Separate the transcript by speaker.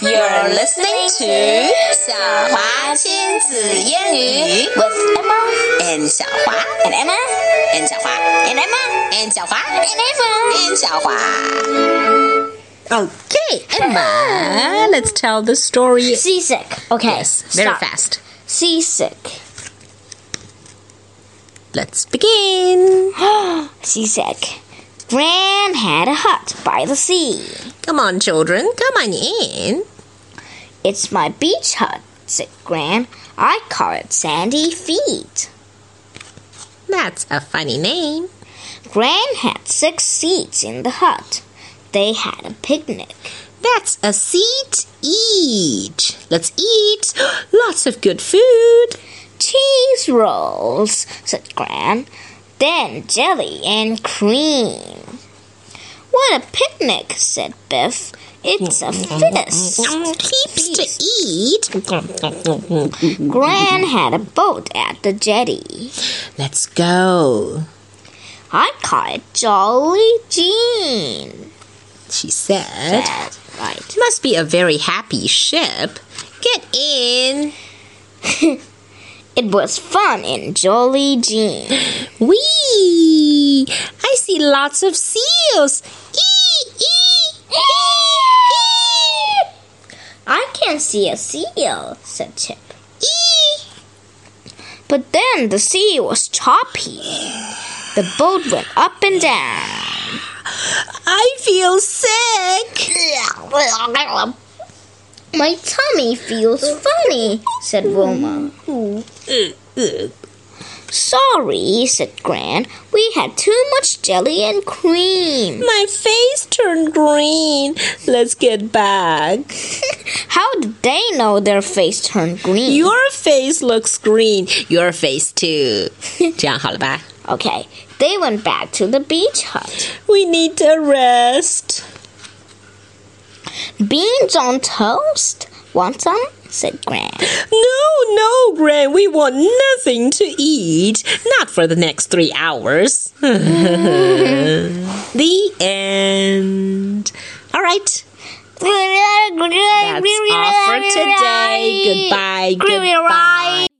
Speaker 1: You're listening to 小华亲子英语 with Emma and 小华 and Emma and 小华 and Emma and 小华 and Emma and 小华。Okay, Emma, let's tell the story.
Speaker 2: Seasick. Okay.
Speaker 1: very
Speaker 2: stop.
Speaker 1: fast.
Speaker 2: Seasick.
Speaker 1: Let's begin.
Speaker 2: Seasick. Gran had a hut by the sea.
Speaker 1: Come on, children, come on in.
Speaker 2: It's my beach hut, said Gran. I call it Sandy Feet.
Speaker 1: That's a funny name.
Speaker 2: Gran had six seats in the hut. They had a picnic.
Speaker 1: That's a seat each. Let's eat lots of good food.
Speaker 2: Cheese rolls, said Gran. Then jelly and cream. What a picnic, said Biff. It's a feast.
Speaker 1: Mm-hmm. Heaps to eat.
Speaker 2: Gran had a boat at the jetty.
Speaker 1: Let's go,
Speaker 2: I call it Jolly Jean.
Speaker 1: she said.
Speaker 2: That's right.
Speaker 1: Must be a very happy ship. Get in.
Speaker 2: It was fun in Jolly Jean.
Speaker 1: Wee! I see lots of seals. Ee, ee, ee,
Speaker 2: I can see a seal, said Chip.
Speaker 1: ee.
Speaker 2: But then the sea was choppy. The boat went up and down.
Speaker 1: I feel sick.
Speaker 2: My tummy feels funny, said Wilma.
Speaker 1: Ugh, ugh.
Speaker 2: Sorry, said Gran. We had too much jelly and cream.
Speaker 1: My face turned green. Let's get back.
Speaker 2: How did they know their face turned green?
Speaker 1: Your face looks green. Your face too. 这样好了吧?
Speaker 2: okay, they went back to the beach hut.
Speaker 1: We need a rest.
Speaker 2: Beans on toast? Want some? said Gran.
Speaker 1: No, no, Gran. We want nothing to eat. Not for the next three hours. the end. All right.
Speaker 2: That's
Speaker 1: That's all for today. Goodbye. Goodbye.